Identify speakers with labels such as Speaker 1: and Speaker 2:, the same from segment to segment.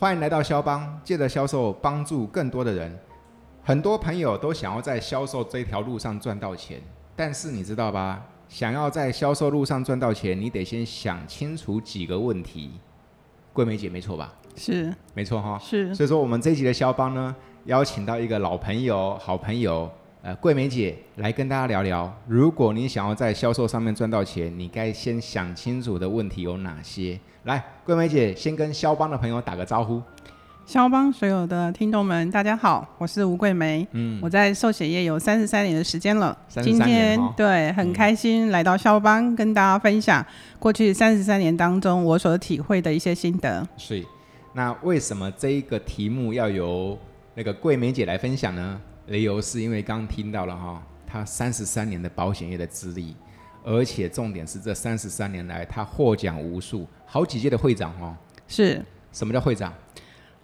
Speaker 1: 欢迎来到肖邦，借着销售帮助更多的人。很多朋友都想要在销售这条路上赚到钱，但是你知道吧？想要在销售路上赚到钱，你得先想清楚几个问题。桂梅姐，没错吧？
Speaker 2: 是
Speaker 1: 没错哈。
Speaker 2: 是，
Speaker 1: 所以说，我们这一集的肖邦呢，邀请到一个老朋友、好朋友，呃，桂梅姐来跟大家聊聊。如果你想要在销售上面赚到钱，你该先想清楚的问题有哪些？来，桂梅姐先跟肖邦的朋友打个招呼。
Speaker 2: 肖邦所有的听众们，大家好，我是吴桂梅，
Speaker 1: 嗯，
Speaker 2: 我在寿险业有三十三年的时间了，
Speaker 1: 33
Speaker 2: 今
Speaker 1: 年
Speaker 2: 天
Speaker 1: 哦
Speaker 2: 对很开心来到肖邦、跟大家分享过去三十三年当中我所体会的一些心得。
Speaker 1: 是。那为什么这一个题目要由那个桂梅姐来分享呢？理由是因为刚听到了哈，她三十三年的保险业的资历，而且重点是这三十三年来她获奖无数，好几届的会长哦。
Speaker 2: 是
Speaker 1: 什么叫会长？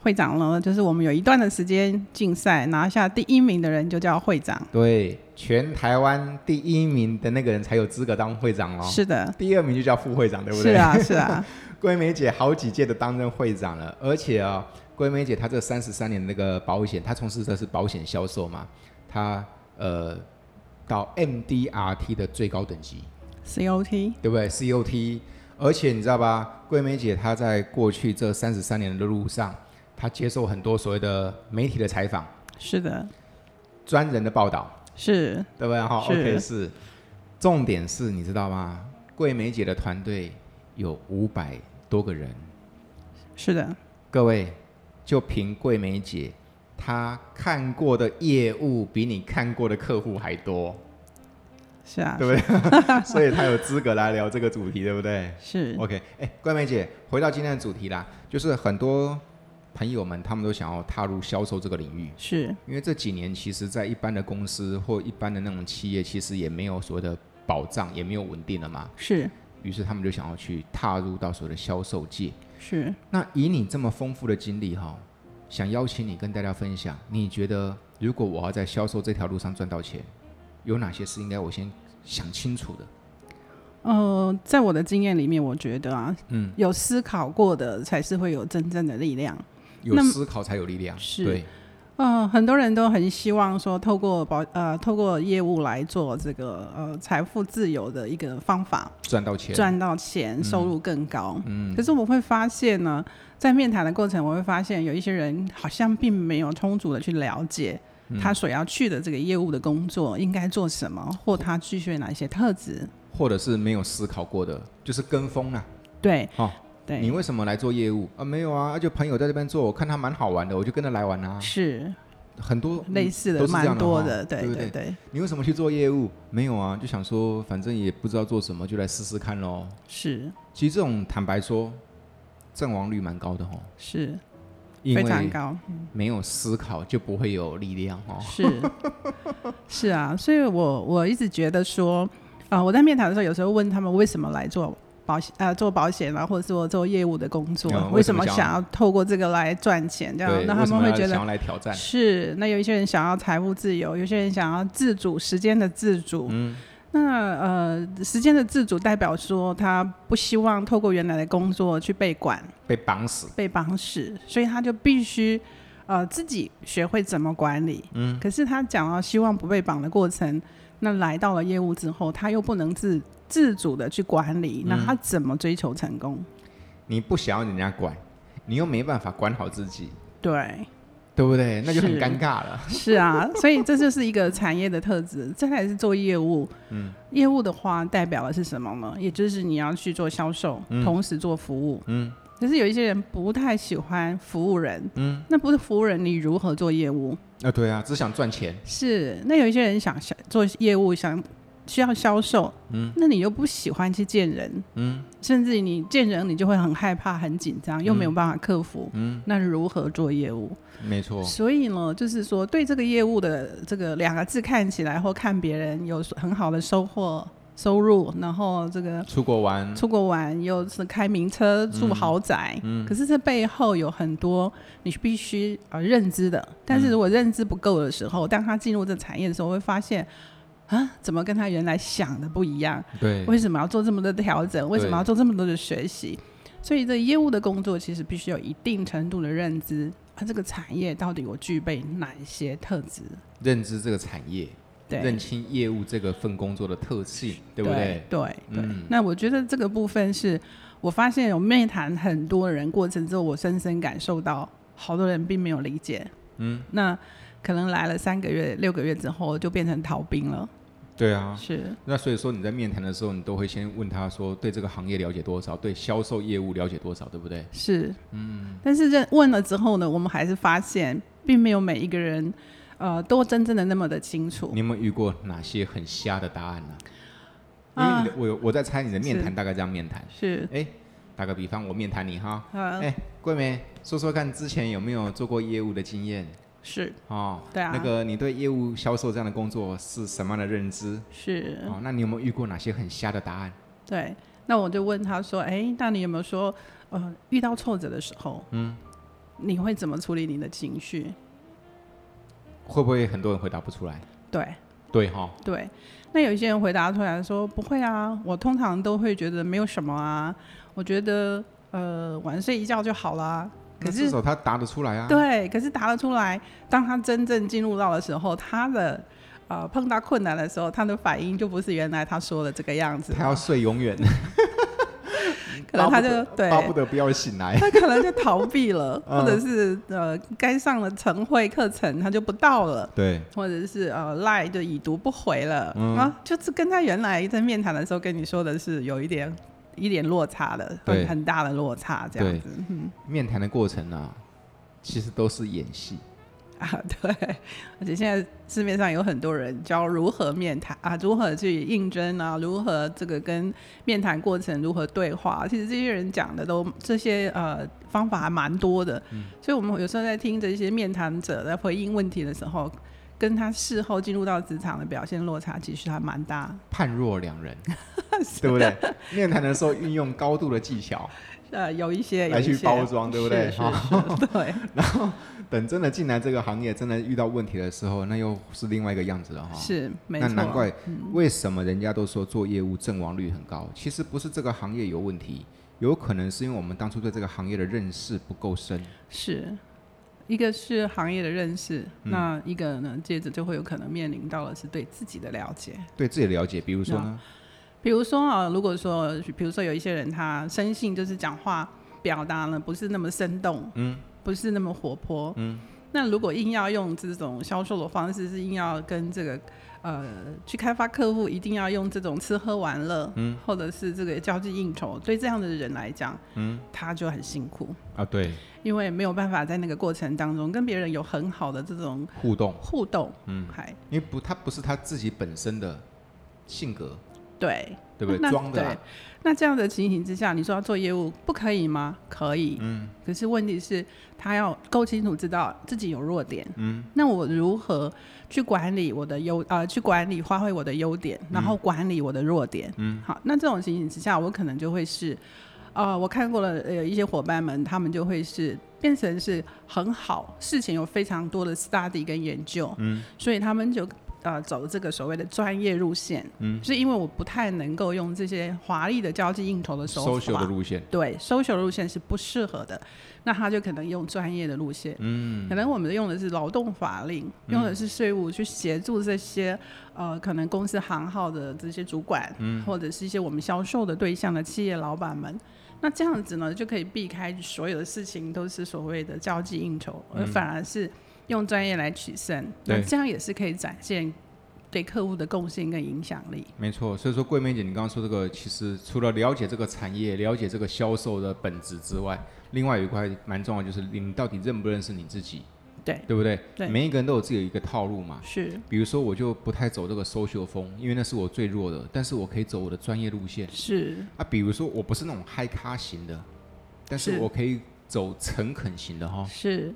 Speaker 2: 会长呢，就是我们有一段的时间竞赛拿下第一名的人就叫会长。
Speaker 1: 对，全台湾第一名的那个人才有资格当会长哦。
Speaker 2: 是的，
Speaker 1: 第二名就叫副会长，对不
Speaker 2: 是
Speaker 1: 对？
Speaker 2: 啊，是 啊，
Speaker 1: 桂梅姐好几届的担任会长了，而且啊、桂梅姐她这三十三年那个保险，她从事的是保险销售嘛，她呃到 MDRT 的最高等级，
Speaker 2: COT
Speaker 1: 对不对？COT，而且你知道吧，桂梅姐她在过去这三十三年的路上，她接受很多所谓的媒体的采访、
Speaker 2: 是的，
Speaker 1: 专人的报道，
Speaker 2: 是
Speaker 1: 对不对？哈
Speaker 2: 是
Speaker 1: ，OK 是。重点是你知道吗？桂梅姐的团队有五百多个人，
Speaker 2: 是的，
Speaker 1: 各位就凭桂梅姐她看过的业务比你看过的客户还多，
Speaker 2: 是啊，
Speaker 1: 对不对？所以她有资格来聊这个主题，对不对
Speaker 2: 是
Speaker 1: ？OK，哎，桂梅姐，回到今天的主题啦，就是很多朋友们他们都想要踏入销售这个领域，
Speaker 2: 是
Speaker 1: 因为这几年，其实，在一般的公司或一般的那种企业，其实也没有所谓的保障，也没有稳定了嘛。
Speaker 2: 是
Speaker 1: 于是他们就想要去踏入到所谓的销售界。
Speaker 2: 是。
Speaker 1: 那以你这么丰富的经历哈、想邀请你跟大家分享，你觉得如果我要在销售这条路上赚到钱，有哪些是应该我先想清楚的？
Speaker 2: 呃，在我的经验里面，我觉得啊，
Speaker 1: 嗯，
Speaker 2: 有思考过的才是会有真正的力量。
Speaker 1: 有
Speaker 2: 那么
Speaker 1: 思考才有力量。
Speaker 2: 是
Speaker 1: 对，
Speaker 2: 呃，很多人都很希望说，透过保呃，透过业务来做这个呃财富自由的一个方法，
Speaker 1: 赚到钱。
Speaker 2: 赚到钱，收入更高。嗯，可是我会发现呢，在面谈的过程，我会发现有一些人好像并没有充足的去了解。
Speaker 1: 嗯
Speaker 2: 他所要去的这个业务的工作应该做什么，或他具备哪一些特质？
Speaker 1: 或者是没有思考过的，就是跟风啊。
Speaker 2: 对，
Speaker 1: 哦你
Speaker 2: 对，
Speaker 1: 为什么来做业务啊？没有啊，就朋友在这边做，我看他蛮好玩的，我就跟着来玩啊。
Speaker 2: 是
Speaker 1: 很多
Speaker 2: 类似
Speaker 1: 嗯都
Speaker 2: 的
Speaker 1: 是这样
Speaker 2: 蛮多的，
Speaker 1: 哈
Speaker 2: 对
Speaker 1: 对不
Speaker 2: 对对。
Speaker 1: 你为什么去做业务？没有啊，就想说反正也不知道做什么，就来试试看咯。
Speaker 2: 是
Speaker 1: 其实这种坦白说，阵亡率蛮高的哦，
Speaker 2: 是
Speaker 1: 因
Speaker 2: 非常
Speaker 1: 为
Speaker 2: 高，
Speaker 1: 没有思考就不会有力量哦。
Speaker 2: 是是啊，所以我我一直觉得说，啊、我在面谈的时候，有时候问他们为什么来做保险，呃，做保险啊，或者做做业务的工作，啊
Speaker 1: 嗯为
Speaker 2: 为
Speaker 1: 什
Speaker 2: 什
Speaker 1: 么
Speaker 2: 么
Speaker 1: 想
Speaker 2: 想要透过这个来赚钱？这样，
Speaker 1: 对，
Speaker 2: 那
Speaker 1: 为
Speaker 2: 他
Speaker 1: 什
Speaker 2: 们
Speaker 1: 么
Speaker 2: 会
Speaker 1: 要
Speaker 2: 觉
Speaker 1: 想
Speaker 2: 得
Speaker 1: 要来挑战？
Speaker 2: 是。那有一些人想要财务自由，有些人想要自主时间的自主，
Speaker 1: 嗯，
Speaker 2: 那呃，时间的自主代表说他不希望透过原来的工作去被管。
Speaker 1: 被绑死。
Speaker 2: 被绑死，所以他就必须呃自己学会怎么管理。嗯，可是他讲到希望不被绑的过程，那来到了业务之后，他又不能自自主的去管理，那他怎么追求成功？
Speaker 1: 你不想要人家管，你又没办法管好自己，
Speaker 2: 对，
Speaker 1: 对不对？那就很
Speaker 2: 是
Speaker 1: 尴尬了。
Speaker 2: 是啊，所以这就是一个产业的特质。这才是做业务，嗯，业务的话代表的是什么呢？也就是你要去做销售，同时做服务，
Speaker 1: 嗯。
Speaker 2: 可是有一些人不太喜欢服务人，
Speaker 1: 嗯，
Speaker 2: 那不是服务人，你如何做业务？
Speaker 1: 啊，对啊，只想赚钱。
Speaker 2: 是，那有一些人想想做业务，想需要销售，嗯，那你又不喜欢去见人，
Speaker 1: 嗯，
Speaker 2: 甚至你见人你就会很害怕、很紧张，又没有办法克服，
Speaker 1: 嗯，哦
Speaker 2: 那如何做业务？
Speaker 1: 没错，
Speaker 2: 所以呢，就是说对这个业务的这个两个字看起来或看别人有很好的收获、收入，然后这个
Speaker 1: 出国玩，
Speaker 2: 出国玩，又是开名车、住豪宅，可是这背后有很多你必须呃认知的。但是如果认知不够的时候，当他进入这产业的时候，会发现啊，怎么跟他原来想的不一样？
Speaker 1: 对，
Speaker 2: 为什么要做这么多的调整？为什么要做这么多的学习？所以这业务的工作其实必须有一定程度的认知，啊，这个产业到底我具备哪一些特质？
Speaker 1: 认知这个产业，
Speaker 2: 对，
Speaker 1: 认清业务这个份工作的特性，对
Speaker 2: 对
Speaker 1: 不对？
Speaker 2: 对嗯对那我觉得这个部分是我发现有面谈很多人过程之后，我深深感受到，好多人并没有理解。嗯，那可能来了三个月、六个月之后，就变成逃兵了。
Speaker 1: 对啊。
Speaker 2: 是，
Speaker 1: 那所以说你在面谈的时候，你都会先问他说对这个行业了解多少，对销售业务了解多少，对不对？
Speaker 2: 是，嗯，但是这问了之后呢，我们还是发现，并没有每一个人，呃，都真正的那么的清楚
Speaker 1: 你。有没有遇过哪些很瞎的答案呢、因
Speaker 2: 啊
Speaker 1: 为你的我有我在猜你的面谈大概这样面谈，
Speaker 2: 是，
Speaker 1: 哎，打个比方，我面谈你哈，
Speaker 2: 呃，
Speaker 1: 哎，桂梅，说说看之前有没有做过业务的经验
Speaker 2: 是，
Speaker 1: 哦？
Speaker 2: 对啊
Speaker 1: 那个你对业务销售这样的工作是什么样的认知？
Speaker 2: 是，
Speaker 1: 哦，那你有没有遇过哪些很瞎的答案？
Speaker 2: 对。那我就问他说，哎，那你有没有说，呃，遇到挫折的时候，嗯，你会怎么处理你的情绪？
Speaker 1: 会不会很多人回答不出来？
Speaker 2: 对，
Speaker 1: 对哈、
Speaker 2: 对，那有一些人回答出来说不会啊，我通常都会觉得没有什么啊，我觉得呃晚睡一觉就好啦。可
Speaker 1: 那
Speaker 2: 是
Speaker 1: 至少他答得出来啊。
Speaker 2: 对，可是答得出来，当他真正进入到的时候，他的呃碰到困难的时候，他的反应就不是原来他说的这个样子，
Speaker 1: 他要睡永远，
Speaker 2: 可能
Speaker 1: 巴
Speaker 2: 他
Speaker 1: 不
Speaker 2: 就
Speaker 1: 得
Speaker 2: 对
Speaker 1: 巴不得不要醒来。
Speaker 2: 他可能就逃避了，
Speaker 1: 嗯
Speaker 2: 或者是呃该上了晨会课程他就不到了。
Speaker 1: 对，
Speaker 2: 或者是呃赖就已读不回了、
Speaker 1: 嗯
Speaker 2: 啊，就是跟他原来在面谈的时候跟你说的是有一点一点落差的，
Speaker 1: 对
Speaker 2: 很很大的落差这样子，嗯
Speaker 1: 面谈的过程啊，其实都是演戏。
Speaker 2: 啊对，而且现在市面上有很多人教如何面谈啊，如何去应征啊，如何这个跟面谈过程如何对话，其实这些人讲的都这些呃方法还蛮多的，
Speaker 1: 嗯
Speaker 2: 所以我们有时候在听这些面谈者在回应问题的时候。跟他事后进入到职场的表现落差其实还蛮大，
Speaker 1: 判若两 人，对不对？面谈的时候运用高度的技 巧，
Speaker 2: 呃，有一些
Speaker 1: 来
Speaker 2: 有一
Speaker 1: 去
Speaker 2: 些
Speaker 1: 包装对不对哦
Speaker 2: 是是 是对，
Speaker 1: 等真的进来这个行业，真的遇到问题的时候，那又是另外一个样子了哈。
Speaker 2: 是没
Speaker 1: 那
Speaker 2: 错。
Speaker 1: 难怪为什么人家都说做业务阵亡率很高，其实不是这个行业有问题，有可能是因为我们当初对这个行业的认识不够深。
Speaker 2: 是一个是行业的认识，那一个呢，接着就会有可能面临到的是对自己的了解。
Speaker 1: 对自己的了解，比如说呢，
Speaker 2: 比如说啊，如果说，比如说有一些人他生性就是讲话表达呢不是那么生动，
Speaker 1: 嗯，
Speaker 2: 不是那么活泼，嗯。那如果硬要用这种销售的方式，是硬要跟这个呃去开发客户，一定要用这种吃喝玩乐，嗯，或者是这个交际应酬，对这样的人来讲，嗯，他就很辛苦，
Speaker 1: 啊，对，
Speaker 2: 因为没有办法在那个过程当中跟别人有很好的这种
Speaker 1: 互动，
Speaker 2: 互动，嗯，还
Speaker 1: 因为不，他不是他自己本身的性格，
Speaker 2: 对
Speaker 1: 对不
Speaker 2: 那
Speaker 1: 对？装的
Speaker 2: 对
Speaker 1: 啦，
Speaker 2: 那这样的情形之下，你说要做业务不可以吗？可以，嗯。可是问题是，他要够清楚知道自己有弱点，嗯。那我如何去管理我的优呃，去管理发挥我的优点，然后管理我的弱点，嗯。好，那这种情形之下，我可能就会是，呃，我看过了，呃，一些伙伴们，他们就会是变成是很好事情有非常多的 study 跟研究，嗯。所以他们就呃走这个所谓的专业路线，嗯，是因为我不太能够用这些华丽的交际应酬的手
Speaker 1: social
Speaker 2: 法，
Speaker 1: 的路线，
Speaker 2: 对，social 的路线是不适合的，那他就可能用专业的路线，嗯，可能我们用的是劳动法令，用的是税务去协助这些呃可能公司行号的这些主管，嗯，或者是一些我们销售的对象的企业老板们。那这样子呢，就可以避开所有的事情都是所谓的交际应酬，而反而是用专业来取胜。那
Speaker 1: 对
Speaker 2: 这样也是可以展现对客户的贡献跟影响力。
Speaker 1: 没错，所以说桂梅姐，你刚刚说这个，其实除了了解这个产业、了解这个销售的本质之外，另外有一块蛮重要，就是你到底认不认识你自己，
Speaker 2: 对，
Speaker 1: 对不对？
Speaker 2: 对
Speaker 1: 每一个人都有自己的一个套路嘛。
Speaker 2: 是
Speaker 1: 比如说，我就不太走这个 social 风，因为那是我最弱的，但是我可以走我的专业路线
Speaker 2: 是
Speaker 1: 啊。比如说，我不是那种嗨咖型的，但是
Speaker 2: 是
Speaker 1: 我可以走诚恳型的哈、
Speaker 2: 是，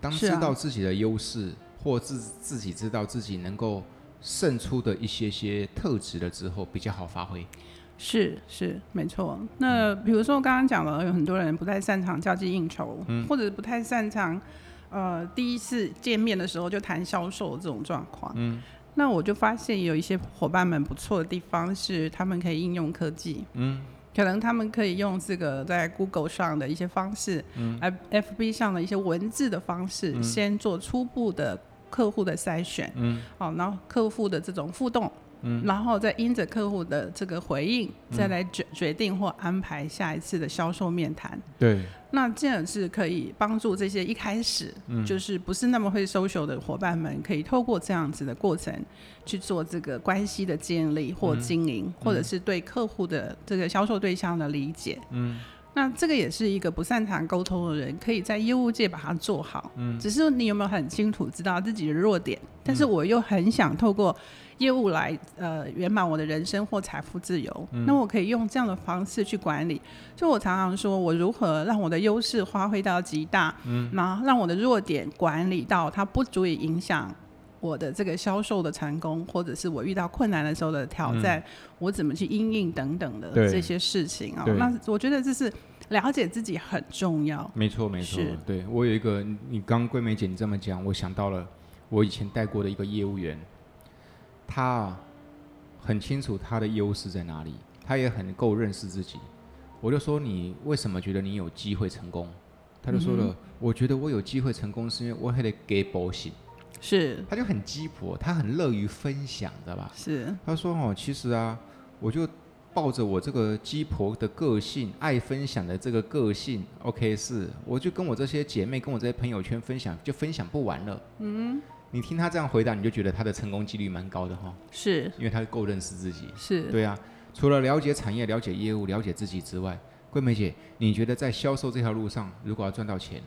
Speaker 1: 当
Speaker 2: 是
Speaker 1: 知
Speaker 2: 啊
Speaker 1: 道自己的优势，或自自己知道自己能够胜出的一些些特质了之后，比较好发挥。
Speaker 2: 是是，没错。那比如说我刚刚讲了，有很多人不太擅长交际应酬，或者不太擅长呃第一次见面的时候就谈销售这种状况。嗯，那我就发现有一些伙伴们不错的地方是他们可以应用科技。嗯，可能他们可以用这个在 Google 上的一些方式，嗯，F B 上的一些文字的方式，先做初步的客户的筛选，嗯，好，然后客户的这种互动，嗯，然后再因着客户的这个回应，再来决决定或安排下一次的销售面谈。
Speaker 1: 对，
Speaker 2: 那进而是可以帮助这些一开始、就是不是那么会 social 的伙伴们，可以透过这样子的过程去做这个关系的建立或经营，或者是对客户的这个销售对象的理解。嗯，那这个也是一个不擅长沟通的人，可以在业务界把它做好。嗯，只是你有没有很清楚知道自己的弱点？但是我又很想透过业务来呃圆满我的人生或财富自由。那我可以用这样的方式去管理。就我常常说，我如何让我的优势发挥到极大，嗯，然后让我的弱点管理到它不足以影响我的这个销售的成功，或者是我遇到困难的时候的挑战，我怎么去应应等等的
Speaker 1: 对
Speaker 2: 这些事情啊、
Speaker 1: 对
Speaker 2: 那我觉得这是了解自己很重要。
Speaker 1: 没错没错
Speaker 2: 是。
Speaker 1: 对我有一个，你你刚桂梅姐你这么讲，我想到了我以前带过的一个业务员，他啊很清楚他的优势在哪里，他也很够认识自己。我就说你为什么觉得你有机会成功？他就说了，我觉得我有机会成功是因为我还得给保险。
Speaker 2: 是
Speaker 1: 他就很鸡婆，他很乐于分享，知道吧？
Speaker 2: 是，
Speaker 1: 他说哦，其实啊，我就抱着我这个鸡婆的个性，爱分享的这个个性，OK，是，我就跟我这些姐妹，跟我这些朋友圈分享，就分享不完了。嗯，你听他这样回答，你就觉得他的成功几率蛮高的哈、
Speaker 2: 是
Speaker 1: 因为他够认识自己。
Speaker 2: 是，
Speaker 1: 对啊，除了了解产业、了解业务、了解自己之外，桂梅姐，你觉得在销售这条路上，如果要赚到钱，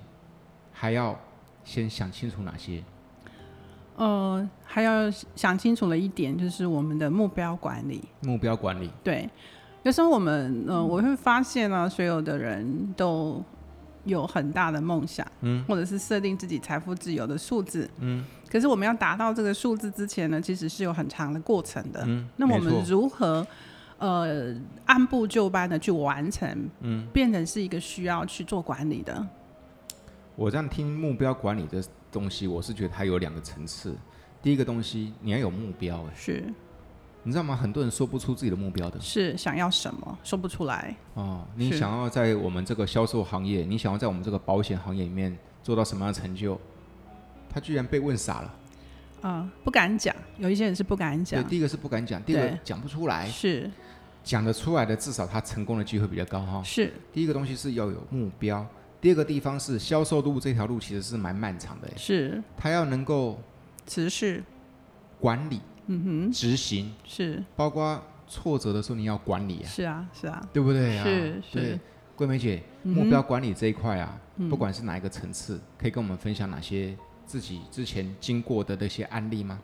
Speaker 1: 还要先想清楚哪些？
Speaker 2: 呃，还要想清楚了一点，就是我们的目标管理。
Speaker 1: 目标管理，嗯
Speaker 2: 对，有时候我们，呃，我会发现呢、所有的人都有很大的梦想，嗯，或者是设定自己财富自由的数字，嗯，可是我们要达到这个数字之前呢，其实是有很长的过程的，
Speaker 1: 嗯
Speaker 2: 呃那么我
Speaker 1: 没错
Speaker 2: 们如何？呃，按部就班的去完成，嗯，变成是一个需要去做管理的，
Speaker 1: 我这样听目标管理的东西，我是觉得它有两个层次。第一个东西，你要有目标，哎，
Speaker 2: 是
Speaker 1: 你知道吗？很多人说不出自己的目标的
Speaker 2: 是想要什么说不出来，
Speaker 1: 哦。你
Speaker 2: 是
Speaker 1: 想要在我们这个销售行业，你想要在我们这个保险行业里面做到什么样的成就？他居然被问傻了。
Speaker 2: 啊，不敢讲，有一些人是不敢
Speaker 1: 对，
Speaker 2: 讲，
Speaker 1: 第一个是不敢讲，第二个
Speaker 2: 对
Speaker 1: 讲不出来，
Speaker 2: 是
Speaker 1: 讲得出来的至少他成功的机会比较高哈、
Speaker 2: 是
Speaker 1: 第一个东西是要有目标，第二个地方是销售路这条路其实是蛮漫长的，哎，
Speaker 2: 是，
Speaker 1: 他要能够
Speaker 2: 持续
Speaker 1: 管理、嗯哼，执行，
Speaker 2: 是
Speaker 1: 包括挫折的时候你要管理啊，
Speaker 2: 是啊，是啊，
Speaker 1: 对不对啊？
Speaker 2: 是是嗯
Speaker 1: 对，桂梅姐，目标管理这一块啊，不管是哪一个层次，可以跟我们分享哪些自己之前经过的那些案例吗？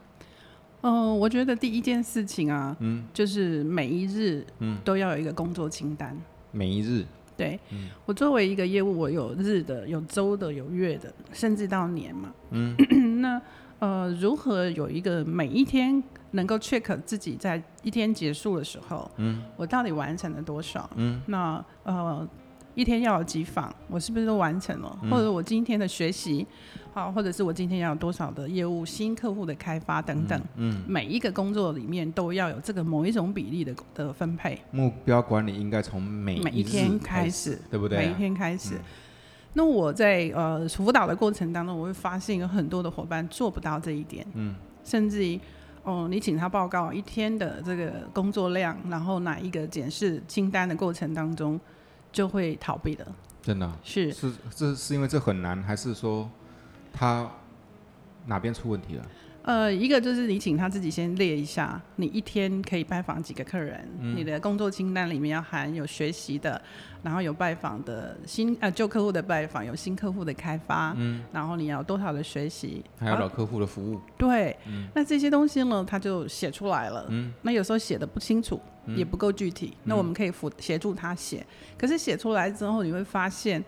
Speaker 2: 嗯、我觉得第一件事情啊，嗯，就是每一日，嗯，都要有一个工作清单。
Speaker 1: 每一日，
Speaker 2: 对、我作为一个业务，我有日的，有周的，有月的，甚至到年嘛。嗯， 那呃，如何有一个每一天能够 check 自己在一天结束的时候，嗯，我到底完成了多少？嗯，那呃。一天要有几访，我是不是都完成了？或者我今天的学习，好、或者是我今天要有多少的业务新客户的开发等等，嗯，每一个工作里面都要有这个某一种比例的的分配。
Speaker 1: 目标管理应该从每
Speaker 2: 每一
Speaker 1: 一
Speaker 2: 天
Speaker 1: 日
Speaker 2: 开
Speaker 1: 始，
Speaker 2: 始，
Speaker 1: 对不对啊
Speaker 2: 每一天开始。那我在呃辅导的过程当中，我会发现有很多的伙伴做不到这一点，嗯，甚至于哦、你请他报告一天的这个工作量，然后哪一个检视清单的过程当中就会逃避了，
Speaker 1: 真的啊
Speaker 2: 是
Speaker 1: 是这是因为这很难，还是说他哪边出问题了？
Speaker 2: 呃，一个就是你请他自己先列一下，你一天可以拜访几个客人，
Speaker 1: 嗯
Speaker 2: 你的工作清单里面要含有学习的，然后有拜访的新呃旧客户的拜访，有新客户的开发，嗯，然后你要有多少的学习，
Speaker 1: 还有
Speaker 2: 啊
Speaker 1: 老客户的服务，
Speaker 2: 对，那这些东西呢，他就写出来了。那有时候写的不清楚，也不够具体，那我们可以辅协助他写。可是写出来之后，你会发现，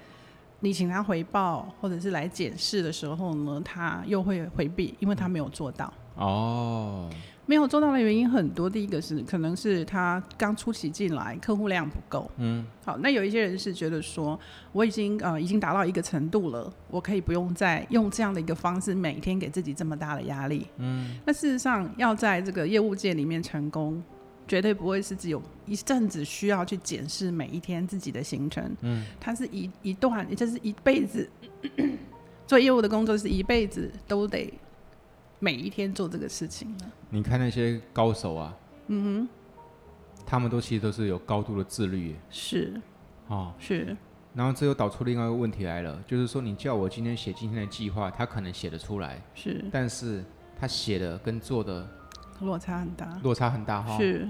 Speaker 2: 你请他回报或者是来检视的时候呢，他又会回避，因为他没有做到。
Speaker 1: 哦，
Speaker 2: 没有做到的原因很多，第一个是可能是他刚出席进来，客户量不够。嗯，好，那有一些人是觉得说，我已经呃已经达到一个程度了，我可以不用再用这样的一个方式每天给自己这么大的压力。嗯，那事实上要在这个业务界里面成功，绝对不会是只有一阵子需要去检视每一天自己的行程。嗯，它是一一段，也就是一辈子 做业务的工作是一辈子都得每一天做这个事情的。
Speaker 1: 你看那些高手啊，嗯哼，他们都其实都是有高度的自律耶
Speaker 2: 是
Speaker 1: 哦。
Speaker 2: 是，
Speaker 1: 然后这又导出另外一个问题来了，就是说你叫我今天写今天的计划，他可能写得出来，
Speaker 2: 是
Speaker 1: 但是他写的跟做的
Speaker 2: 落差很大。
Speaker 1: 落差很大哈、
Speaker 2: 是，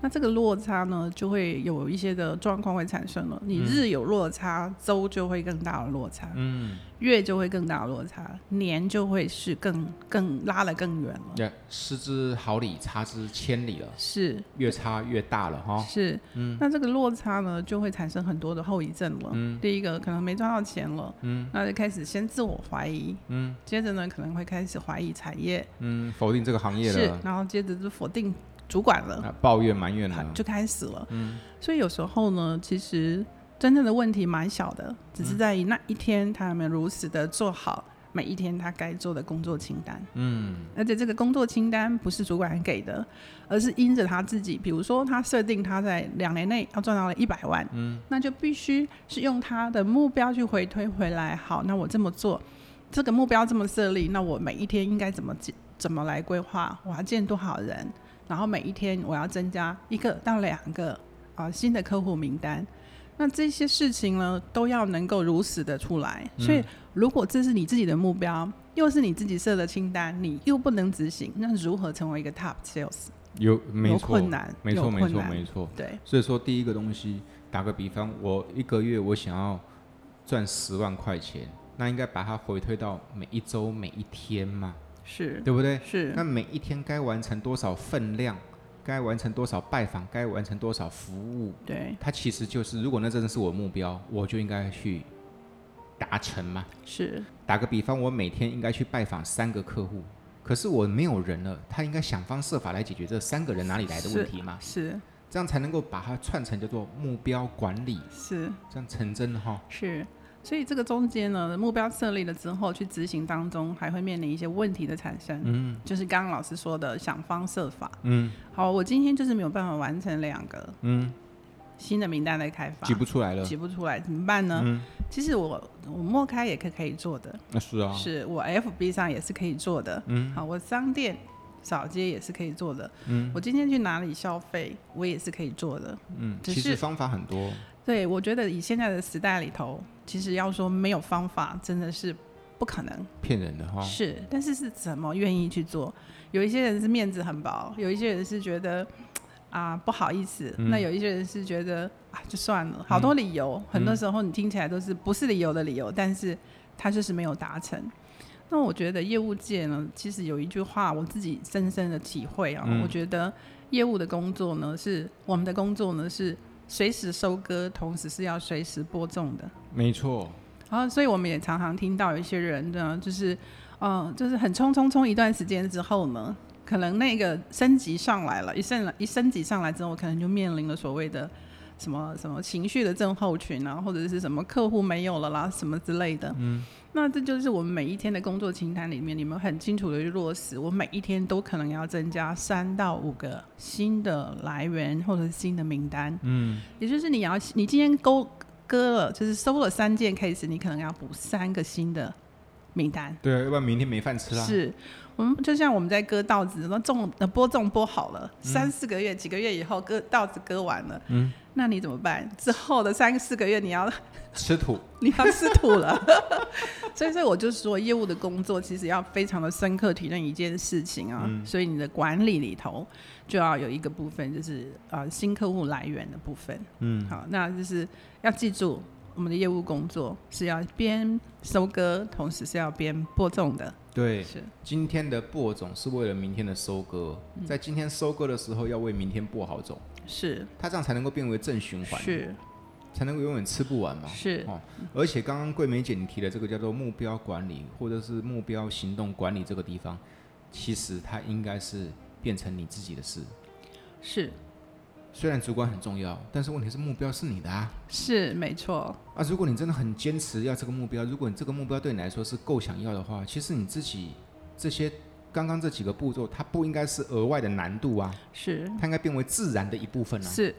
Speaker 2: 那这个落差呢，就会有一些的状况会产生了。你日有落差，周就会更大的落差，
Speaker 1: 嗯，
Speaker 2: 月就会更大的落差，年就会是更更拉得更远了。
Speaker 1: 也失之毫厘，差之千里了，
Speaker 2: 是
Speaker 1: 越差越大了哈、
Speaker 2: 是，那这个落差呢，就会产生很多的后遗症了。第一个可能没赚到钱了，嗯，那就开始先自我怀疑，嗯，接着呢可能会开始怀疑产业，
Speaker 1: 嗯，否定这个行业
Speaker 2: 是
Speaker 1: 了，，
Speaker 2: 然后接着就否定主管了，
Speaker 1: 啊抱怨埋怨
Speaker 2: 好
Speaker 1: 了，
Speaker 2: 就开始了。嗯，所以有时候呢，其实真正的问题蛮小的，只是在于那一天他们如实的做好每一天他该做的工作清单。
Speaker 1: 嗯，
Speaker 2: 而且这个工作清单不是主管给的，而是因着他自己，比如说他设定他在两年内要赚到了一百万，嗯，那就必须是用他的目标去回推回来。好，那我这么做，这个目标这么设立，那我每一天应该怎么见怎么来规划？我要见多少人？然后每一天我要增加一个到两个啊、新的客户名单。那这些事情呢，都要能够如实的出来。所以，如果这是你自己的目标，又是你自己设的清单，你又不能执行，那如何成为一个 top sales？
Speaker 1: 有没
Speaker 2: 有
Speaker 1: 错
Speaker 2: 困，难，
Speaker 1: 没
Speaker 2: 有
Speaker 1: 错，没
Speaker 2: 困
Speaker 1: 错，
Speaker 2: 难
Speaker 1: 没错。
Speaker 2: 对，
Speaker 1: 所以说第一个东西，打个比方，我一个月我想要赚十万块钱，那应该把它回推到每一周每一天嘛，
Speaker 2: 是
Speaker 1: 对不对？
Speaker 2: 是
Speaker 1: 那每一天该完成多少分量，该完成多少拜访，该完成多少服务，
Speaker 2: 对，
Speaker 1: 它其实就是，如果那真的是我的目标，我就应该去达成嘛。
Speaker 2: 是
Speaker 1: 打个比方，我每天应该去拜访三个客户，可是我没有人了，他应该想方设法来解决这三个人哪里来的问题嘛，
Speaker 2: 是
Speaker 1: 这样才能够把它串成叫做目标管理，
Speaker 2: 是
Speaker 1: 这样成真哈。
Speaker 2: 是。所以这个中间呢，目标设立了之后，去执行当中还会面临一些问题的产生。嗯，就是刚刚老师说的想方设法。
Speaker 1: 嗯，
Speaker 2: 好，我今天就是没有办法完成两个嗯新的名单的开发，
Speaker 1: 挤不出来嗯了，
Speaker 2: 挤不出来怎么办呢？其实我我默开也可可以做的，
Speaker 1: 那是啊，
Speaker 2: 是我 FB 上也是可以做的，嗯，好，我商店扫街也是可以做的，嗯，我今天去哪里消费，我也是可以做的。
Speaker 1: 嗯，
Speaker 2: 只
Speaker 1: 其实
Speaker 2: 是
Speaker 1: 方法很多，
Speaker 2: 对，我觉得以现在的时代里头，其实要说没有方法，真的是不可能。
Speaker 1: 骗人的哈。
Speaker 2: 是，但是是怎么愿意去做？有一些人是面子很薄，有一些人是觉得啊、不好意思，那有一些人是觉得啊就算了，好多理由，很多时候你听起来都是不是理由的理由，但是他就是没有达成。那我觉得业务界呢，其实有一句话我自己深深的体会啊，我觉得业务的工作呢是我们的工作呢是随时收割，同时是要随时播种的。
Speaker 1: 没错，
Speaker 2: 然后，啊所以我们也常常听到有一些人呢，就是，嗯、就是很冲冲冲一段时间之后呢，可能那个升级上来了，一升一升级上来之后，可能就面临了所谓的什么什么情绪的症候群啊，或者是什么客户没有了啦，什么之类的。嗯，那这就是我们每一天的工作清单里面，你们很清楚的去落实，我每一天都可能要增加三到五个新的来源或者是新的名单。
Speaker 1: 嗯，
Speaker 2: 也就是你要你今天勾割了，就是收了三件 case，你可能要补三个新的名单。
Speaker 1: 对，要不然明天没饭吃啦。
Speaker 2: 是啊我们就像我们在割稻子，那种呃播种播好了，三四个月、几个月以后割稻子割完了，嗯，那你怎么办？之后的三四个月你要
Speaker 1: 吃土，
Speaker 2: 你要吃土了。 所以，所以我就说，业务的工作其实要非常的深刻体认一件事情啊。所以你的管理里头就要有一个部分，就是呃新客户来源的部分。嗯，好，那就是要记住，我们的业务工作是要边收割，同时是要边播种的。
Speaker 1: 对，
Speaker 2: 是
Speaker 1: 今天的播种是为了明天的收割，
Speaker 2: 嗯
Speaker 1: 在今天收割的时候要为明天播好种，
Speaker 2: 是
Speaker 1: 它这样才能够变为正循环，
Speaker 2: 是
Speaker 1: 才能够永远吃不完嘛。
Speaker 2: 是
Speaker 1: 哦，而且刚刚桂梅姐你提的这个叫做目标管理，或者是目标行动管理这个地方，其实它应该是变成你自己的事。
Speaker 2: 是
Speaker 1: 虽然主管很重要，但是问题是目标是你的啊。
Speaker 2: 是，没错，
Speaker 1: 啊，如果你真的很坚持要这个目标，如果你这个目标对你来说是够想要的话，其实你自己这些刚刚这几个步骤，它不应该是额外的难度啊，
Speaker 2: 是
Speaker 1: 它应该变为自然的一部分啊。
Speaker 2: 嗯是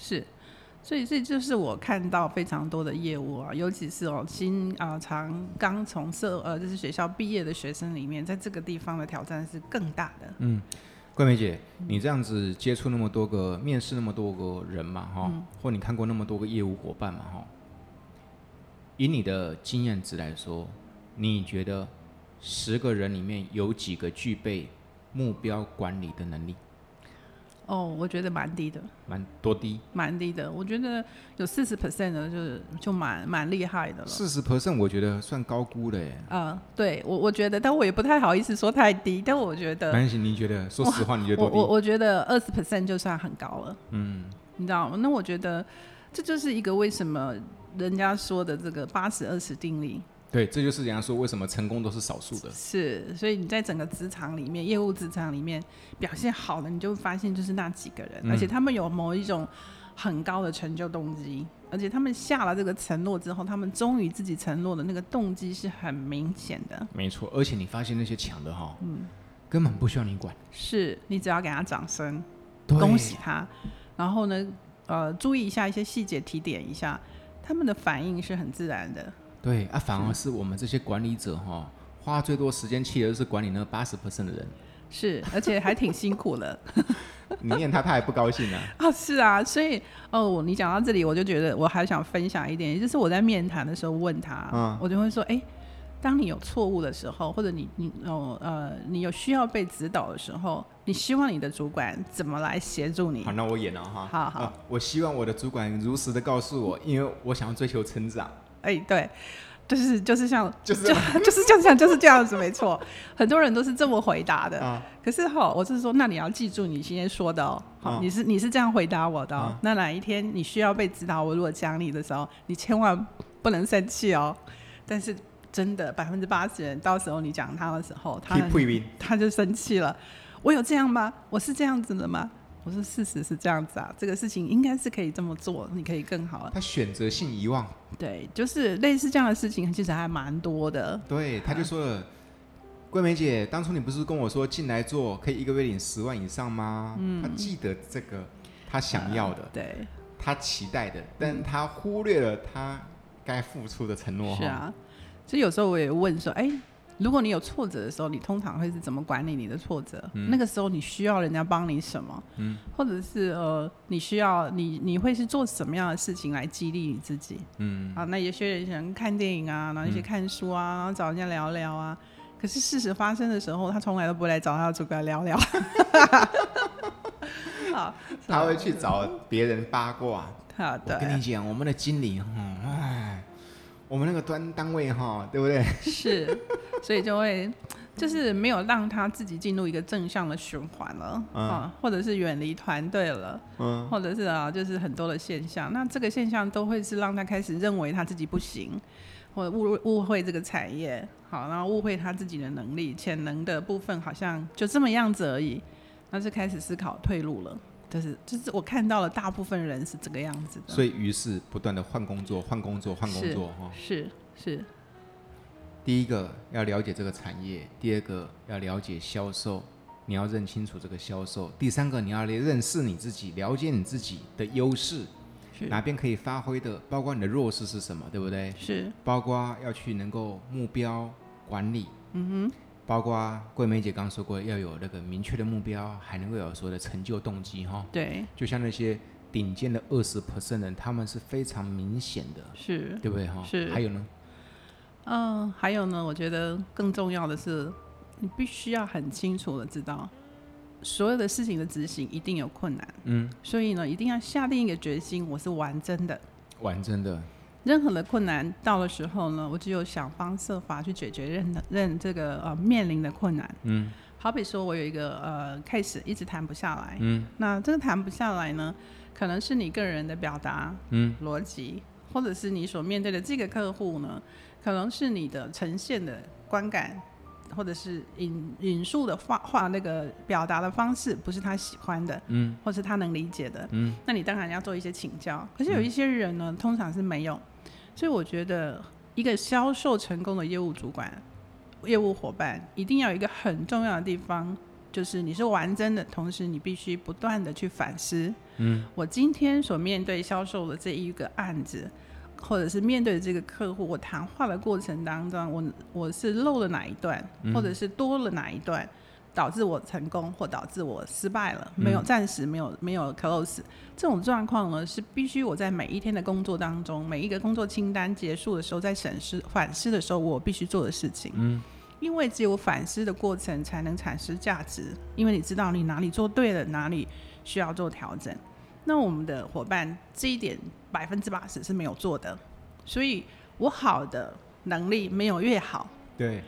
Speaker 2: 是，所以这就是我看到非常多的业务啊，尤其是哦新啊、常刚从社呃就是学校毕业的学生里面，在这个地方的挑战是更大的。
Speaker 1: 桂梅姐，你这样子接触那么多个面试那么多个人嘛，哈、或你看过那么多个业务伙伴嘛，哈，以你的经验值来说，你觉得十个人里面有几个具备目标管理的能力？
Speaker 2: 哦，我觉得蛮低的，
Speaker 1: 蛮多低，
Speaker 2: 蛮低的。我觉得有四十 percent 的就是就蛮蛮厉害的了。
Speaker 1: 四十 percent 我觉得算高估了耶。
Speaker 2: 啊、对我我觉得，但我也不太好意思说太低，但我觉
Speaker 1: 没
Speaker 2: 得，
Speaker 1: 关系，你觉得？说实话，你觉得
Speaker 2: 我
Speaker 1: 多
Speaker 2: 呃我
Speaker 1: 低？
Speaker 2: 我觉得二十 percent 就算很高了，嗯，你知道吗？那我觉得这就是一个为什么人家说的这个八十二十定律
Speaker 1: 对，这就是人家说为什么成功都是少数的。
Speaker 2: 是，所以你在整个职场里面，业务职场里面表现好的，你就会发现就是那几个人，而且他们有某一种很高的成就动机，而且他们下了这个承诺之后，他们忠于自己承诺的那个动机是很明显的。
Speaker 1: 没错，而且你发现那些强的哈，
Speaker 2: 嗯
Speaker 1: 根本不需要你管。
Speaker 2: 是你只要给他掌声，
Speaker 1: 对
Speaker 2: 恭喜他，然后呢，呃，注意一下一些细节，提点一下，他们的反应是很自然的。
Speaker 1: 对啊，反而是我们这些管理者哈、花最多时间去的就是管理那八十 percent 的人。
Speaker 2: 是，而且还挺辛苦的
Speaker 1: 你念他，他还不高兴呢、
Speaker 2: 啊！是啊，所以哦，我你讲到这里，我就觉得我还想分享一点，也就是我在面谈的时候问他，
Speaker 1: 嗯
Speaker 2: 我就会说，哎、当你有错误的时候，或者你你哦呃，你有需要被指导的时候，你希望你的主管怎么来协助你
Speaker 1: 好，？那我演了哈。
Speaker 2: 好好
Speaker 1: 啊我希望我的主管如实的告诉我，因为我想要追求成长。
Speaker 2: 哎、对，就是就是像
Speaker 1: 就是
Speaker 2: 就 就是这样讲就是这样子，没错，很多人都是这么回答的。
Speaker 1: 啊
Speaker 2: 可是哈、我是说，那你要记住你今天说的哦，好、
Speaker 1: 啊
Speaker 2: 你是你是这样回答我的、哦，
Speaker 1: 啊
Speaker 2: 那哪一天你需要被指导，我如果讲你的时候，你千万不能生气哦。但是真的百分之八十人，到时候你讲他的时候，他
Speaker 1: Keep win。
Speaker 2: 他就生气了。我有这样吗？我是这样子的吗？我说事实是这样子啊，这个事情应该是可以这么做，你可以更好。
Speaker 1: 他选择性遗忘，
Speaker 2: 对，就是类似这样的事情，其实还蛮多的。
Speaker 1: 对，他就说了。桂梅姐，当初你不是跟我说进来做可以一个月领十万以上吗？嗯，他记得这个，他想要的，
Speaker 2: 对，
Speaker 1: 他期待的，但他忽略了他该付出的承诺。
Speaker 2: 是，啊。所以有时候我也问说，哎、如果你有挫折的时候，你通常会是怎么管理你的挫折？
Speaker 1: 嗯
Speaker 2: 那个时候你需要人家帮你什么？嗯，或者是呃，你需要你你会是做什么样的事情来激励你自己？嗯，啊，那有些人喜欢看电影啊，然后
Speaker 1: 嗯
Speaker 2: 一些看书啊，然后找人家聊聊啊。可是事实发生的时候，他从来都不会来找他的主管聊 聊。好，
Speaker 1: 他会去找别人八卦，
Speaker 2: 好
Speaker 1: 我
Speaker 2: 的。
Speaker 1: 跟你讲，我们的经理哈，嗯哎，我们那个端单位哈，对不对？
Speaker 2: 是，所以就会就是没有让他自己进入一个正向的循环了、
Speaker 1: 嗯
Speaker 2: 啊，或者是远离团队了，
Speaker 1: 嗯，
Speaker 2: 或者是啊，就是很多的现象。那这个现象都会是让他开始认为他自己不行，或者误误会这个产业，好，然后误会他自己的能力、潜能的部分，好像就这么样子而已。那就开始思考退路了，就是就是我看到了大部分人是这个样子的，
Speaker 1: 所以于是不断的换工作，换工作，换工作哈。
Speaker 2: 是是
Speaker 1: 第一个要了解这个产业，第二个要了解销售，你要认清楚这个销售。第三个你要认识你自己，了解你自己的优势，
Speaker 2: 是
Speaker 1: 哪边可以发挥的，包括你的弱势是什么，对不对？
Speaker 2: 是
Speaker 1: 包括要去能够目标管理，嗯哼，包括桂梅姐刚说过要有那个明确的目标，还能够有所谓的成就动机哈。
Speaker 2: 对
Speaker 1: 就像那些顶尖的二十 percent 人，他们是非常明显的，
Speaker 2: 是。
Speaker 1: 对不对哈？
Speaker 2: 是
Speaker 1: 还有呢，
Speaker 2: 嗯，还有呢，我觉得更重要的是，你必须要很清楚的知道，所有的事情的执行一定有困难，
Speaker 1: 嗯，
Speaker 2: 所以呢，一定要下定一个决心，我是完真的。
Speaker 1: 完真的，
Speaker 2: 任何的困难到的时候呢，我只有想方设法去解决任的任这个呃面临的困难。
Speaker 1: 嗯，
Speaker 2: 好比说我有一个呃 case 一直谈不下来，
Speaker 1: 嗯，
Speaker 2: 那这个谈不下来呢，可能是你个人的表达，
Speaker 1: 嗯，
Speaker 2: 逻辑，或者是你所面对的这个客户呢，可能是你的呈现的观感，或者是引引述的话话那个表达的方式不是他喜欢的，
Speaker 1: 嗯，
Speaker 2: 或是他能理解的，
Speaker 1: 嗯，
Speaker 2: 那你当然要做一些请教。可是有一些人呢，通常是没有，所以我觉得一个销售成功的业务主管，业务伙伴，一定要有一个很重要的地方，就是你是完整的，同时你必须不断的去反思。嗯，我今天所面对销售的这一个案子，或者是面对这个客户，我谈话的过程当中，我我是漏了哪一段，或者是多了哪一段，导致我成功或导致我失败了，没有暂时没有没有 close 这种状况呢，是必须我在每一天的工作当中，每一个工作清单结束的时候，在审视反思的时候，我必须做的事情。嗯。因为只有反思的过程才能产生价值，因为你知道你哪里做对了，哪里需要做调整。那我们的伙伴这一点百分之八十是没有做的，所以我好的能力没有越好，
Speaker 1: 对，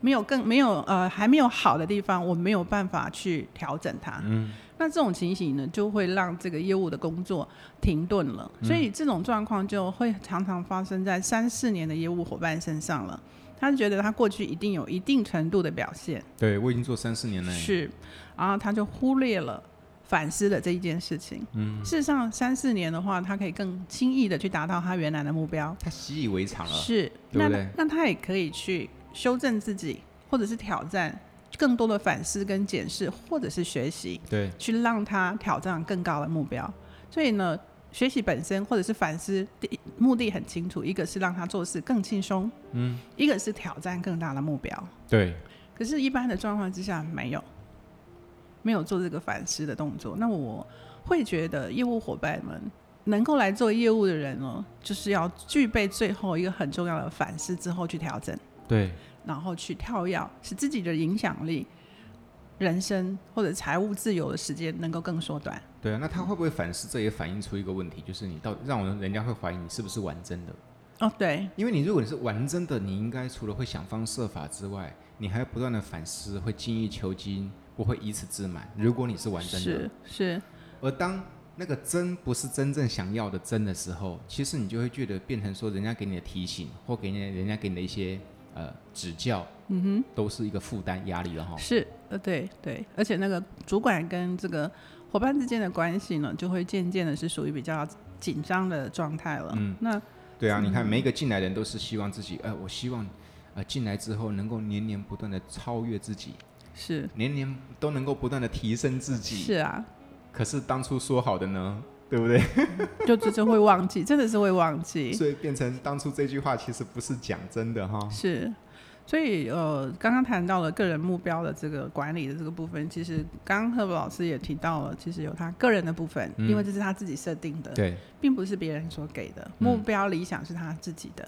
Speaker 2: 没有更没有呃还没有好的地方，我没有办法去调整它。嗯，那这种情形呢，就会让这个业务的工作停顿了。所以这种状况就会常常发生在三四年的业务伙伴身上了。他觉得他过去一定有一定程度的表现，
Speaker 1: 对我已经做三四年了，
Speaker 2: 是，然后他就忽略了反思的这一件事情。嗯，事实上三四年的话，他可以更轻易的去达到他原来的目标。
Speaker 1: 他习以为常了，
Speaker 2: 是，
Speaker 1: 啊对
Speaker 2: 那
Speaker 1: 不对
Speaker 2: 那他也可以去修正自己，或者是挑战更多的反思跟检视，或者是学习，
Speaker 1: 对，
Speaker 2: 去让他挑战更高的目标。所以呢，学习本身或者是反思第目的很清楚，一个是让他做事更轻松，嗯，一个是挑战更大的目标。
Speaker 1: 对，
Speaker 2: 可是，一般的状况之下没有，没有做这个反思的动作。那我会觉得业务伙伴们能够来做业务的人哦，就是要具备最后一个很重要的反思之后去调整，
Speaker 1: 对，
Speaker 2: 然后去跳跃，使自己的影响力、人生或者财务自由的时间能够更缩短。
Speaker 1: 对啊。那他会不会反思？这也反映出一个问题，就是你到底让我人家会怀疑你是不是玩真的。
Speaker 2: 哦，对，
Speaker 1: 因为你如果你是玩真的，你应该除了会想方设法之外，你还不断的反思，会精益求精，不会以此自满。如果你是玩真的
Speaker 2: 是，是，
Speaker 1: 而当那个真不是真正想要的真的时候，其实你就会觉得变成说，人家给你的提醒或给你人家给你的一些呃指教，嗯哼，都是一个负担压力了哈。
Speaker 2: 是，呃，对对，而且那个主管跟这个伙伴之间的关系呢，就会渐渐的是属于比较紧张的状态了。嗯，那
Speaker 1: 对啊，你看每一个进来的人都是希望自己，呃，我希望呃进来之后能够年年不断的超越自己，
Speaker 2: 是
Speaker 1: 年年都能够不断的提升自己。
Speaker 2: 是啊，
Speaker 1: 可是当初说好的呢，对不对？
Speaker 2: 就就就会忘记，真的是会忘记。
Speaker 1: 所以变成当初这句话其实不是讲真的哈。
Speaker 2: 是，所以呃，刚刚谈到了个人目标的这个管理的这个部分，其实刚刚赫伯老师也提到了，其实有他个人的部分，因为这是他自己设定的。
Speaker 1: 对，
Speaker 2: 并不是别人所给的，
Speaker 1: 嗯
Speaker 2: 目标理想是他自己的。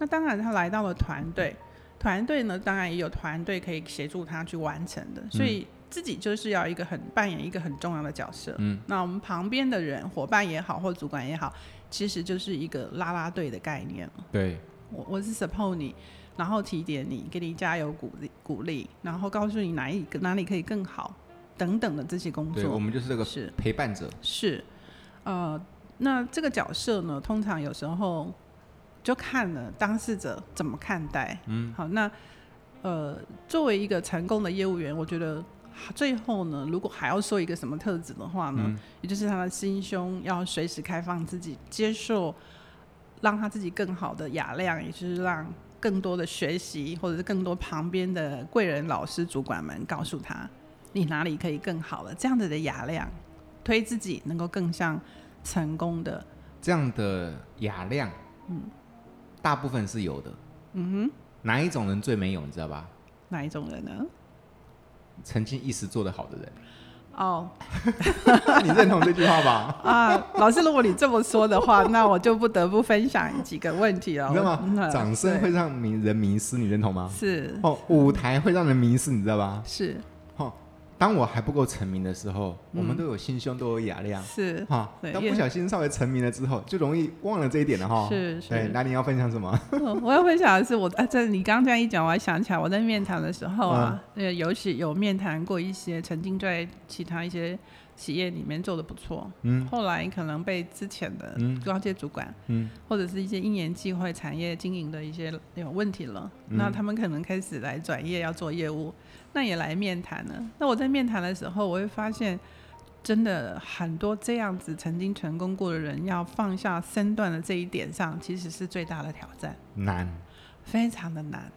Speaker 2: 那当然，他来到了团队，团队呢，当然也有团队可以协助他去完成的，
Speaker 1: 嗯
Speaker 2: 所以自己就是要一个很扮演一个很重要的角色。嗯，那我们旁边的人，伙伴也好，或主管也好，其实就是一个拉拉队的概念。
Speaker 1: 对，
Speaker 2: 我我是 support 你，然后提点你，给你加油鼓励鼓励，然后告诉你哪一个哪里可以更好等等的这些工
Speaker 1: 对，我
Speaker 2: 作。
Speaker 1: 们就是这个
Speaker 2: 是，
Speaker 1: 陪伴者。
Speaker 2: 是，呃，那这个角色呢，通常有时候就看了当事者怎么看待。嗯，好，那呃，作为一个成功的业务员，我觉得最后呢，如果还要说一个什么特质的话呢，也就是他的心胸要随时开放自己，接受让他自己更好的雅量，也就是让。更多的学习，或者是更多旁边的贵人、老师、主管们告诉他，你哪里可以更好了，这样子的雅量，推自己能够更像成功的，
Speaker 1: 这样的雅量，嗯，大部分是有的。嗯哼，哪一种人最没有？你知道吧？
Speaker 2: 哪一种人呢？
Speaker 1: 曾经一时做得好的人，
Speaker 2: 哦
Speaker 1: 你认同这句话 吧？
Speaker 2: 啊，老师，如果你这么说的话，那我就不得不分享几个问题了。
Speaker 1: 你知道
Speaker 2: 嗯
Speaker 1: 吗？掌声会让迷人迷失，你认同吗？
Speaker 2: 是
Speaker 1: 哦，舞台会让人迷失，你知道吧？
Speaker 2: 是
Speaker 1: 哦，当我还不够成名的时候，我们都有心胸，都有雅量。
Speaker 2: 嗯是
Speaker 1: 哈，
Speaker 2: 对
Speaker 1: 当
Speaker 2: 因
Speaker 1: 不
Speaker 2: 为
Speaker 1: 小心稍微成名了之后，就容易忘了这一点了哈。
Speaker 2: 是是
Speaker 1: 哦对，那你要分享什么？
Speaker 2: 我我要分享的是我，啊，这你刚刚这样一讲，我还想起来，我在面谈的时候啊，
Speaker 1: 嗯
Speaker 2: 呃、尤其有面谈过一些曾经在其他一些企业里面做的不错，嗯，后来可能被之前的高阶主管，
Speaker 1: 嗯，
Speaker 2: 或者是一些一年际会产业经营的一些有问题了，那他们可能开始来转业要做业务，那也来面谈了。那我在面谈的时候，我会发现。真的很多这样子曾经成功过的人，要放下身段的这一点上，其实是最大的挑战。
Speaker 1: 难，
Speaker 2: 非常的难，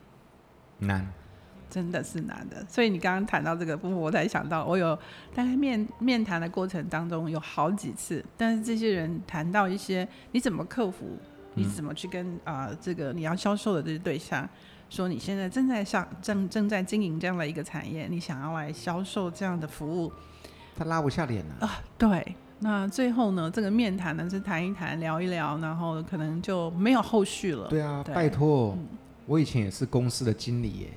Speaker 1: 难。
Speaker 2: 真的是难的。所以你刚刚谈到这个部分，我才想到，我有大概面面谈的过程当中有好几次，但是这些人谈到一些你怎么克服，你怎么去跟啊、呃这个你要销售的这些对象说，你现在正在上正正在经营这样的一个产业，你想要来销售这样的服务，
Speaker 1: 他拉不下脸啊。
Speaker 2: 对。那最后呢，这个面谈呢是谈一谈、聊一聊，然后可能就没有后续了。
Speaker 1: 对啊，
Speaker 2: 对嗯
Speaker 1: 拜托，我以前也是公司的经理耶，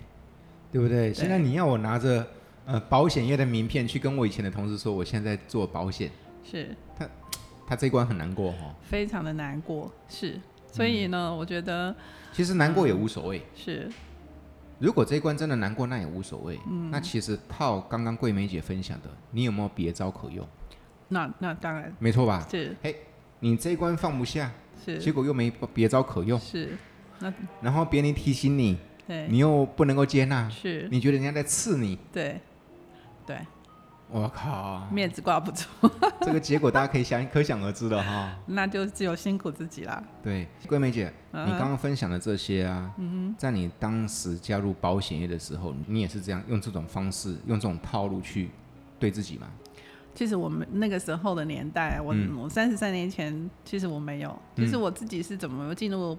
Speaker 1: 对不对？现在你要我拿着呃保险业的名片去跟我以前的同事说我现在在做保险，
Speaker 2: 是
Speaker 1: 他这一关很难过哦。
Speaker 2: 非常的难过，是。所以呢，我觉得
Speaker 1: 其实难过也无所谓，
Speaker 2: 是
Speaker 1: 如果这一关真的难过，那也无所谓。嗯，那其实套刚刚桂梅姐分享的，你有没有别招可用？
Speaker 2: 那那当然
Speaker 1: 没错吧？
Speaker 2: 是
Speaker 1: 你这一关放不下，结
Speaker 2: 是
Speaker 1: 果又没别招可用，
Speaker 2: 是，
Speaker 1: 然后别人提醒你，
Speaker 2: 对
Speaker 1: 你啊又不能够接纳，
Speaker 2: 是，
Speaker 1: 你觉得人家在刺你，
Speaker 2: 对对，
Speaker 1: 我 靠！
Speaker 2: 面子挂不住，
Speaker 1: 这个结果大家可以想，可想而知了哈。
Speaker 2: 那就只有辛苦自己啦。
Speaker 1: 对，桂梅姐，
Speaker 2: 嗯
Speaker 1: 你刚刚分享的这些啊，在你当时加入保险业的时候，你也是这样用这种方式、用这种套路去对自己嘛？
Speaker 2: 其实我们那个时候的年代，我、
Speaker 1: 嗯
Speaker 2: 我三十三年前，其实我没有，其实我自己是怎么进入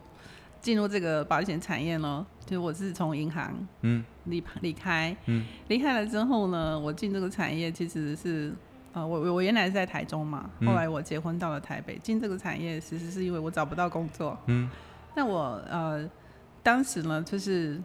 Speaker 2: 进入这个保险产业呢？就是我是从银行
Speaker 1: 嗯
Speaker 2: 离离开，
Speaker 1: 嗯
Speaker 2: 离开了之后呢，我进这个产业其实是。呃，我我我原来是在台中嘛，
Speaker 1: 嗯
Speaker 2: 后来我结婚到了台北，进这个产业其实是因为我找不到工作。
Speaker 1: 嗯，
Speaker 2: 那我呃当时呢，就是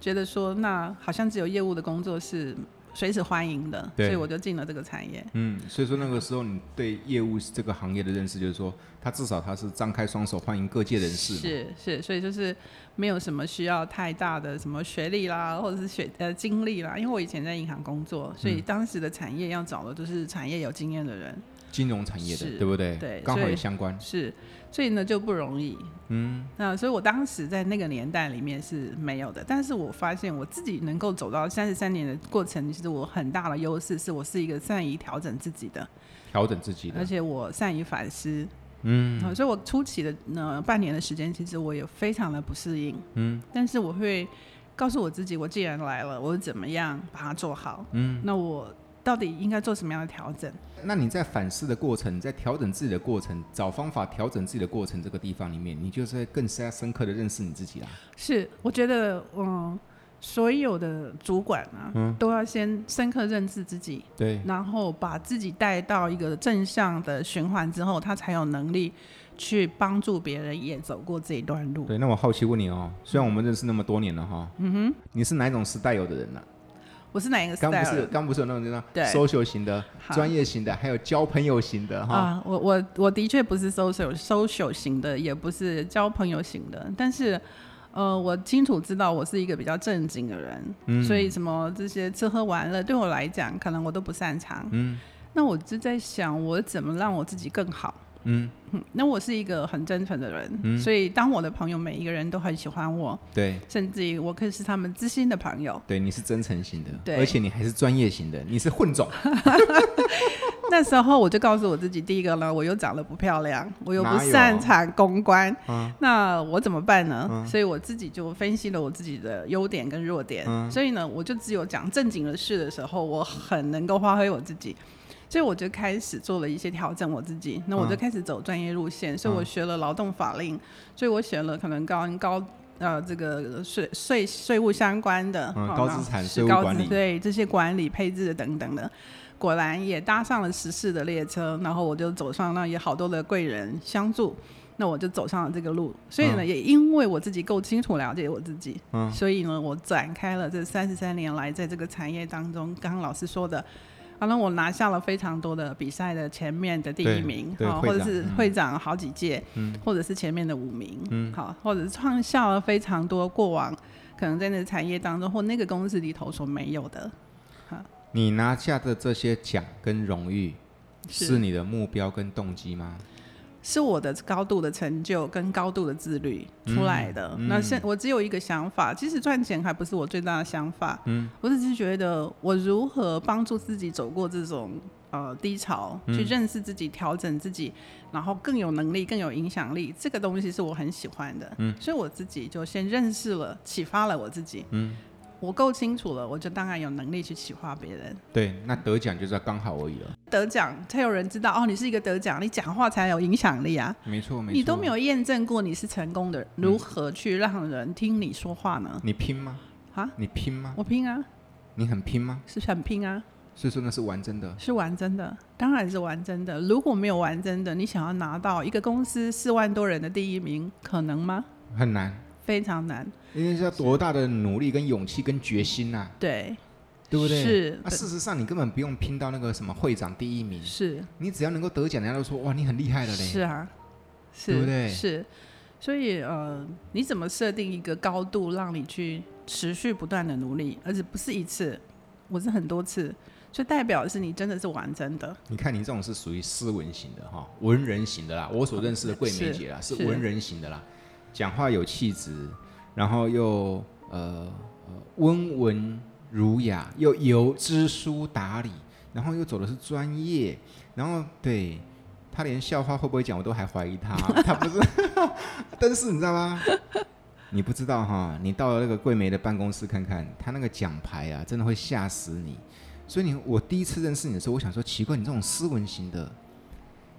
Speaker 2: 觉得说，那好像只有业务的工作是随时欢迎的，所
Speaker 1: 对
Speaker 2: 以我就进了这个产业。
Speaker 1: 嗯，所以说那个时候你对业务这个行业的认识，就是说，他至少他是张开双手欢迎各界人士嘛。
Speaker 2: 是是，所以就是没有什么需要太大的什么学历啦，或者是学呃经历啦。因为我以前在银行工作，所
Speaker 1: 嗯
Speaker 2: 以当时的产业要找的就是产业有经验的人，
Speaker 1: 金融产业的，
Speaker 2: 是
Speaker 1: 对不对？
Speaker 2: 对
Speaker 1: 刚好
Speaker 2: 所以
Speaker 1: 也相关。
Speaker 2: 是，所以呢就不容易。
Speaker 1: 嗯，
Speaker 2: 那所以我当时在那个年代里面是没有的，但是我发现我自己能够走到三十三年的过程，其实我很大的优势是我是一个善于调整自己的，
Speaker 1: 调整自己
Speaker 2: 而
Speaker 1: 的，
Speaker 2: 且我善于反思。
Speaker 1: 嗯
Speaker 2: 啊，所以我初期的呃半年的时间，其实我也非常的不适应，
Speaker 1: 嗯，
Speaker 2: 但是我会告诉我自己，我既然来了，我怎么样把它做好，
Speaker 1: 嗯。
Speaker 2: 那我到底应该做什么样的调整？
Speaker 1: 那你在反思的过程，在调整自己的过程，找方法调整自己的过程这个地方里面，你就是在更加深刻的认识你自己啦。
Speaker 2: 是，我觉得嗯，所有的主管啊，
Speaker 1: 嗯
Speaker 2: 都要先深刻认识自己，
Speaker 1: 对，
Speaker 2: 然后把自己带到一个正向的循环之后，他才有能力去帮助别人也走过这一段路。
Speaker 1: 对，那我好奇问你哦，虽然我们认识那么多年了哈，嗯哼，你是哪一种时代有的人呢、
Speaker 2: 我是哪一个
Speaker 1: 刚不
Speaker 2: style？
Speaker 1: 是刚不是有那种就是
Speaker 2: 对
Speaker 1: social 型的、
Speaker 2: 好
Speaker 1: 专业型的，还有交朋友型的哈，
Speaker 2: 啊，我我我的确不是 social social 型的，也不是交朋友型的，但是，呃，我清楚知道我是一个比较正经的人，
Speaker 1: 嗯
Speaker 2: 所以什么这些吃喝玩乐对我来讲，可能我都不擅长。
Speaker 1: 嗯
Speaker 2: 那我就在想，我怎么让我自己更好？
Speaker 1: 嗯，
Speaker 2: 嗯，那我是一个很真诚的人，所以当我的朋友每一个人都很喜欢我，
Speaker 1: 对
Speaker 2: 甚至于我可以是他们知心的朋友。
Speaker 1: 对，你是真诚型的，
Speaker 2: 对
Speaker 1: 而且你还是专业型的，你是混 种，
Speaker 2: 那时候我就告诉我自己，第一个呢，我又长得不漂亮，我又不
Speaker 1: 哪有
Speaker 2: 擅长公关，
Speaker 1: 嗯
Speaker 2: 那我怎么办呢？
Speaker 1: 嗯
Speaker 2: 所以我自己就分析了我自己的优点跟弱点，
Speaker 1: 嗯
Speaker 2: 所以呢，我就只有讲正经的事的时候，我很能够发挥我自己。所以我就开始做了一些调整，我自己。那我就
Speaker 1: 嗯
Speaker 2: 开始走专业路线，所以我学了劳动法令，所以我选了可能高高呃这个税税税务相关的，
Speaker 1: 嗯
Speaker 2: 哦
Speaker 1: 高
Speaker 2: 然后
Speaker 1: 资产
Speaker 2: 是
Speaker 1: 税务
Speaker 2: 高
Speaker 1: 管
Speaker 2: 资
Speaker 1: 理
Speaker 2: 对这些管理配置等等的。果然也搭上了时事的列车，然后我就走上了也好多的贵人相助，那我就走上了这个路。所以呢，也因为我自己够清楚了解我自己，
Speaker 1: 嗯
Speaker 2: 所以呢，我展开了这三十三年来在这个产业当中，刚刚老师说的。啊，那我拿下了非常多的比赛的前面的第
Speaker 1: 对
Speaker 2: 一名，
Speaker 1: 对
Speaker 2: 啊，
Speaker 1: 会
Speaker 2: 或者
Speaker 1: 长
Speaker 2: 是
Speaker 1: 嗯
Speaker 2: 会长好几届，
Speaker 1: 嗯
Speaker 2: 或者是前面的五名，
Speaker 1: 嗯
Speaker 2: 好，或者是创下了非常多过往可能在那个产业当中或那个公司里头所没有的，
Speaker 1: 你拿下的这些奖跟荣誉
Speaker 2: 是
Speaker 1: 是你的目标跟动机吗？
Speaker 2: 是我的高度的成就跟高度的自律出来的。
Speaker 1: 嗯
Speaker 2: 那
Speaker 1: 嗯
Speaker 2: 现我只有一个想法，其实赚钱还不是我最大的想法，嗯，我只是觉得我如何帮助自己走过这种呃低潮，去认识自己、调整自己，然后更有能力、更有影响力，这个东西是我很喜欢的，嗯，所以我自己就先认识了、启发了我自己，嗯，我够清楚了，我就当然有能力去企划别人。
Speaker 1: 对，那得奖就是要刚好而已了。
Speaker 2: 得奖才有人知道哦，你是一个得奖，你讲话才有影响力啊。
Speaker 1: 没错，没错。嗯
Speaker 2: 你都没，有验证过你是成功的，如何去让人听你说话呢？
Speaker 1: 你拼吗？
Speaker 2: 啊，
Speaker 1: 你拼吗？
Speaker 2: 我拼啊，
Speaker 1: 你很拼吗？
Speaker 2: 是很拼啊，
Speaker 1: 所以说那是玩真的。
Speaker 2: 是玩真的，当然是玩真的。如果没有玩真的，你想要拿到一个公司四万多人的第一名，可能吗？
Speaker 1: 很难，
Speaker 2: 非常难。
Speaker 1: 因为是要多大的努力、跟勇气、跟决心呐、啊
Speaker 2: 对，
Speaker 1: 对不对？啊
Speaker 2: 是
Speaker 1: 那、事实上，你根本不用拼到那个什么会长第一名，
Speaker 2: 是
Speaker 1: 你只要能够得奖，人家都说哇，你很厉害了嘞。
Speaker 2: 是啊，是
Speaker 1: 对不对
Speaker 2: 是，所以呃，你怎么设定一个高度，让你去持续不断的努力，而且不是一次，我是很多次，就代表是你真的是玩真的。
Speaker 1: 你看你这种是属于斯文型的哈，文人型的啦。我所认识的桂梅姐啊，是
Speaker 2: 是
Speaker 1: 文人型的啦，讲话有气质，然后又呃呃温文儒雅，又有知书达理，然后又走的是专业，然后对。她连笑话会不会讲，我都还怀疑 她。她不是，但是你知道吗？你不知道哈，你到了那个桂梅的办公室看看，她那个奖牌啊，真的会吓死你。所以你我第一次认识你的时候，我想说奇怪，你这种斯文型的，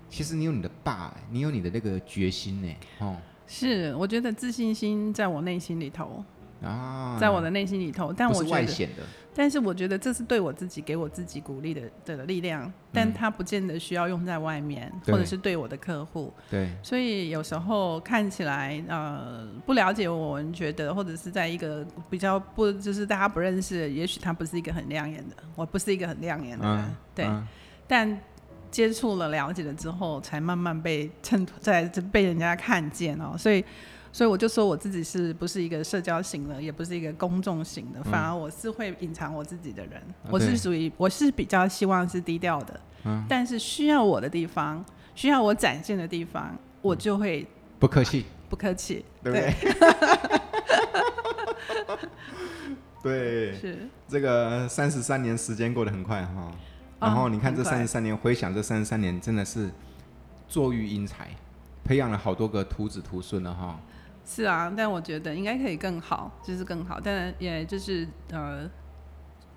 Speaker 1: 其实你有你的霸、你有你的那个决心呢、哦
Speaker 2: 是，我觉得自信心在我内心里头，
Speaker 1: 啊，
Speaker 2: 在我的内心里头，但
Speaker 1: 不
Speaker 2: 我
Speaker 1: 是
Speaker 2: 觉
Speaker 1: 外
Speaker 2: 得，
Speaker 1: 显的，
Speaker 2: 但是我觉得这是对我自己给我自己鼓励的的力量，但它不见得需要用在外面，或者
Speaker 1: 嗯对
Speaker 2: 是对我的客户。
Speaker 1: 对
Speaker 2: 所以有时候看起来，呃，不了解我们觉得，或者是在一个比较不就是大家不认识，也许他不是一个很亮眼的，我不是一个很亮眼的人，
Speaker 1: 嗯，
Speaker 2: 对，
Speaker 1: 嗯
Speaker 2: 但。接触了、了解了之后，才慢慢被衬托在这被人家看见哦，所以，所以我就说我自己是不是一个社交型的，也不是一个公众型的，
Speaker 1: 嗯
Speaker 2: 反而我是会隐藏我自己的人，
Speaker 1: 啊
Speaker 2: 我是
Speaker 1: 对
Speaker 2: 属于我是比较希望是低调的，
Speaker 1: 嗯
Speaker 2: 但是需要我的地方，需要我展现的地方，我就会
Speaker 1: 不客气，
Speaker 2: 不客气，
Speaker 1: 对不对？ 对，
Speaker 2: 是哦
Speaker 1: 这个三十三年时间过得很快哈、然后你看这
Speaker 2: 很快
Speaker 1: 三十三年，回想这三十三年，真的是坐育英才，培养了好多个徒子徒孙了哈、
Speaker 2: 是啊，但我觉得应该可以更好，就是更好，但也就是呃，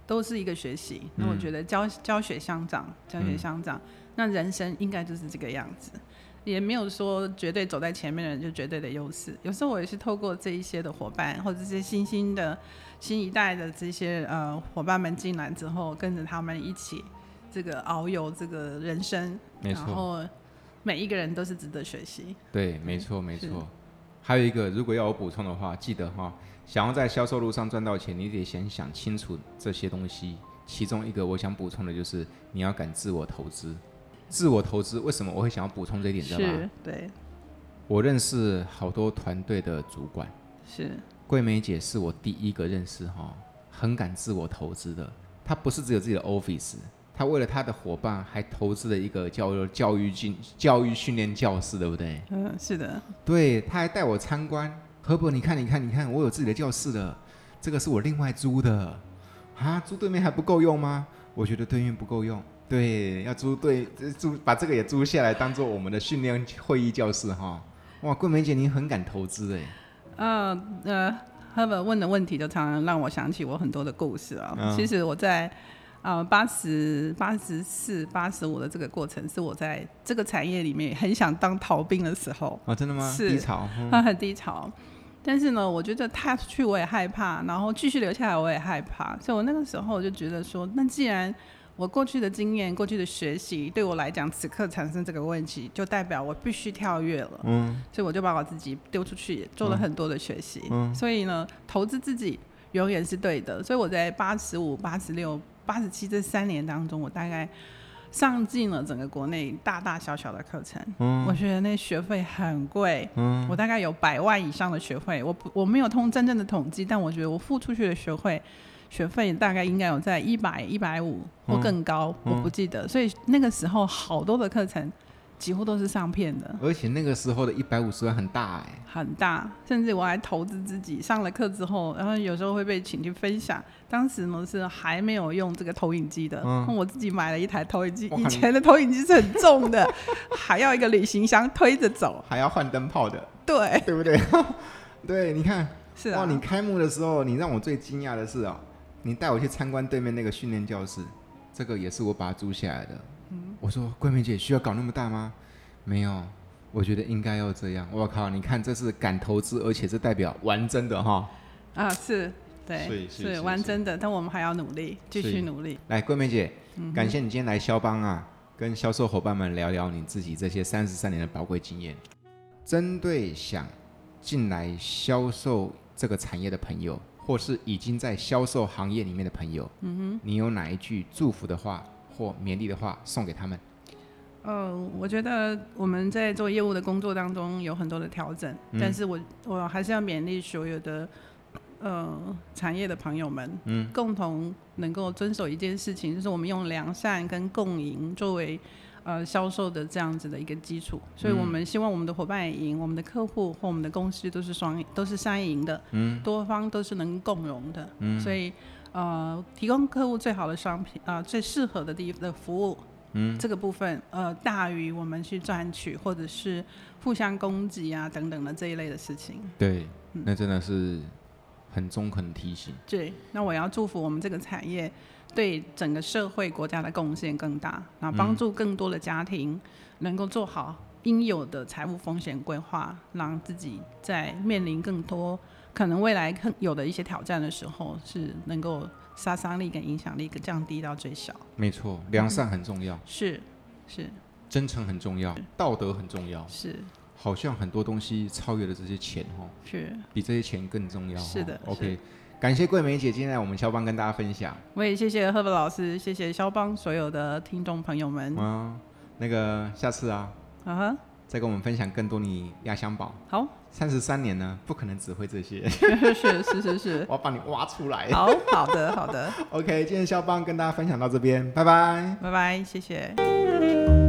Speaker 2: 都是一个学习。那
Speaker 1: 嗯
Speaker 2: 我觉得教教学相长，教学相长，那人生应该就是这个样子。也没有说绝对走在前面的人就绝对的优势。有时候我也是透过这一些的伙伴，或者这些新兴的新一代的这些呃伙伴们进来之后，跟着他们一起这个遨游这个人生，
Speaker 1: 没
Speaker 2: 然
Speaker 1: 错
Speaker 2: 后每一个人都是值得学习。
Speaker 1: 对，没错，没
Speaker 2: 嗯是
Speaker 1: 错。还有一个，如果要我补充的话，记得哈，想要在销售路上赚到钱，你得先想清楚这些东西。其中一个我想补充的就是，你要敢自我投资。自我投资为什么我会想要补充这一点？你知道吗？
Speaker 2: 是，对，
Speaker 1: 我认识好多团队的主管，
Speaker 2: 是。
Speaker 1: 桂梅姐是我第一个认识哈，很敢自我投资的。她不是只有自己的 office，她为了她的伙伴还投资了一个叫做教育训教育训练教室，对不对？
Speaker 2: 嗯，是的，
Speaker 1: 对，他还带我参观。何伯，你看，你看，你看，我有自己的教室了，这个是我另外租的。啊，租对面还不够用吗？我觉得对面不够用，对，要租对呃租把这个也租下来，当做我们的训练会议教室哈。哇，桂梅姐，你很敢投资哎、
Speaker 2: 呃呃，Herbert 问的问题就常常让我想起我很多的故事啊。
Speaker 1: 嗯
Speaker 2: 其实我在呃八十八十四、八十五的这个过程，是我在这个产业里面也很想当逃兵的时候，
Speaker 1: 啊，真的吗？
Speaker 2: 是
Speaker 1: 低潮，嗯
Speaker 2: 它很低潮。但是呢，我觉得踏出去我也害怕，然后继续留下来我也害怕，所以我那个时候我就觉得说，那既然我过去的经验、过去的学习对我来讲，此刻产生这个问题，就代表我必须跳跃了。
Speaker 1: 嗯，
Speaker 2: 所以我就把我自己丢出去，做了很多的学习。
Speaker 1: 嗯
Speaker 2: 所以呢，投资自己永远是对的。所以我在八十五、八十六、八十七这三年当中，我大概上进了整个国内大大小小的课程。
Speaker 1: 嗯
Speaker 2: 我觉得那学费很贵。
Speaker 1: 嗯
Speaker 2: 我大概有百万以上的学费，我不我没有通真正的统计，但我觉得我付出去的学费学费大概应该有在一百、一百五或
Speaker 1: 嗯
Speaker 2: 更高，我不记得。所以那个时候好多的课程几乎都是上片的，
Speaker 1: 而且那个时候的一百五十万很大哎、
Speaker 2: 很大，甚至我还投资自己。上了课之后，然后有时候会被请去分享。当时呢是还没有用这个投影机的，
Speaker 1: 嗯
Speaker 2: 我自己买了一台投影机。
Speaker 1: 哇
Speaker 2: 以前的投影机是很重的，还要一个旅行箱推着走。
Speaker 1: 还要换灯泡的，
Speaker 2: 对，
Speaker 1: 对不对？对，你看
Speaker 2: 是
Speaker 1: 哇，
Speaker 2: 啊，
Speaker 1: 你开幕的时候，你让我最惊讶的是哦，你带我去参观对面那个训练教室，这个也是我把它租下来的。我说桂梅姐需要搞那么大吗？没有，我觉得应该要这样。我靠，你看这是敢投资，而且是代表玩真的哈、
Speaker 2: 啊，是，对，
Speaker 1: 是是是
Speaker 2: 玩
Speaker 1: 是
Speaker 2: 真的，但我们还要努力，继续
Speaker 1: 是
Speaker 2: 努力。
Speaker 1: 来，桂梅姐，感谢你今天来肖邦啊，跟销售伙伴们聊聊你自己这些三十三年的宝贵经验。针对想进来销售这个产业的朋友，或是已经在销售行业里面的朋友，嗯哼，你有哪一句祝福的话或勉励的话送给他们？
Speaker 2: 呃，我觉得我们在做业务的工作当中有很多的调整，但是我我还是要勉励所有的呃产业的朋友们，嗯，共同能够遵守一件事情，就是我们用良善跟共赢作为呃销售的这样子的一个基础，所以我们希望我们的伙伴也赢，我们的客户或我们的公司都是双都是三赢的，嗯，多方都是能共荣的，嗯，所以。呃，提供客户最好的商品，啊、最适合的地的服务，这个部分，呃，大于我们去赚取或者是互相攻击啊等等的这一类的事情。
Speaker 1: 对，那真的是很中肯的提醒。
Speaker 2: 对，那我要祝福我们这个产业对整个社会国家的贡献更大，那帮助更多的家庭能够做好应有的财务风险规划，让自己在面临更多可能未来更有的一些挑战的时候，是能够杀伤力跟影响力降低到最小。
Speaker 1: 没错，良善很重要，
Speaker 2: 是，是，
Speaker 1: 真诚很重要，道德很重要。
Speaker 2: 是，
Speaker 1: 好像很多东西超越了这些钱哦。
Speaker 2: 是。
Speaker 1: 比这些钱更重要哦。
Speaker 2: 是的是
Speaker 1: ，OK，感谢桂梅姐今天来我们肖邦跟大家分享
Speaker 2: 我也谢谢赫本老师，谢谢肖邦所有的听众朋友们。啊
Speaker 1: 啊，那个下次啊，
Speaker 2: 哈，
Speaker 1: 再跟我们分享更多你压箱宝。
Speaker 2: 好，
Speaker 1: 三十三年呢，不可能只会这些，
Speaker 2: 是是是是，
Speaker 1: 我要把你挖出来。
Speaker 2: 好好的好的，
Speaker 1: OK，今天肖邦跟大家分享到这边，拜拜。
Speaker 2: 拜拜，谢谢。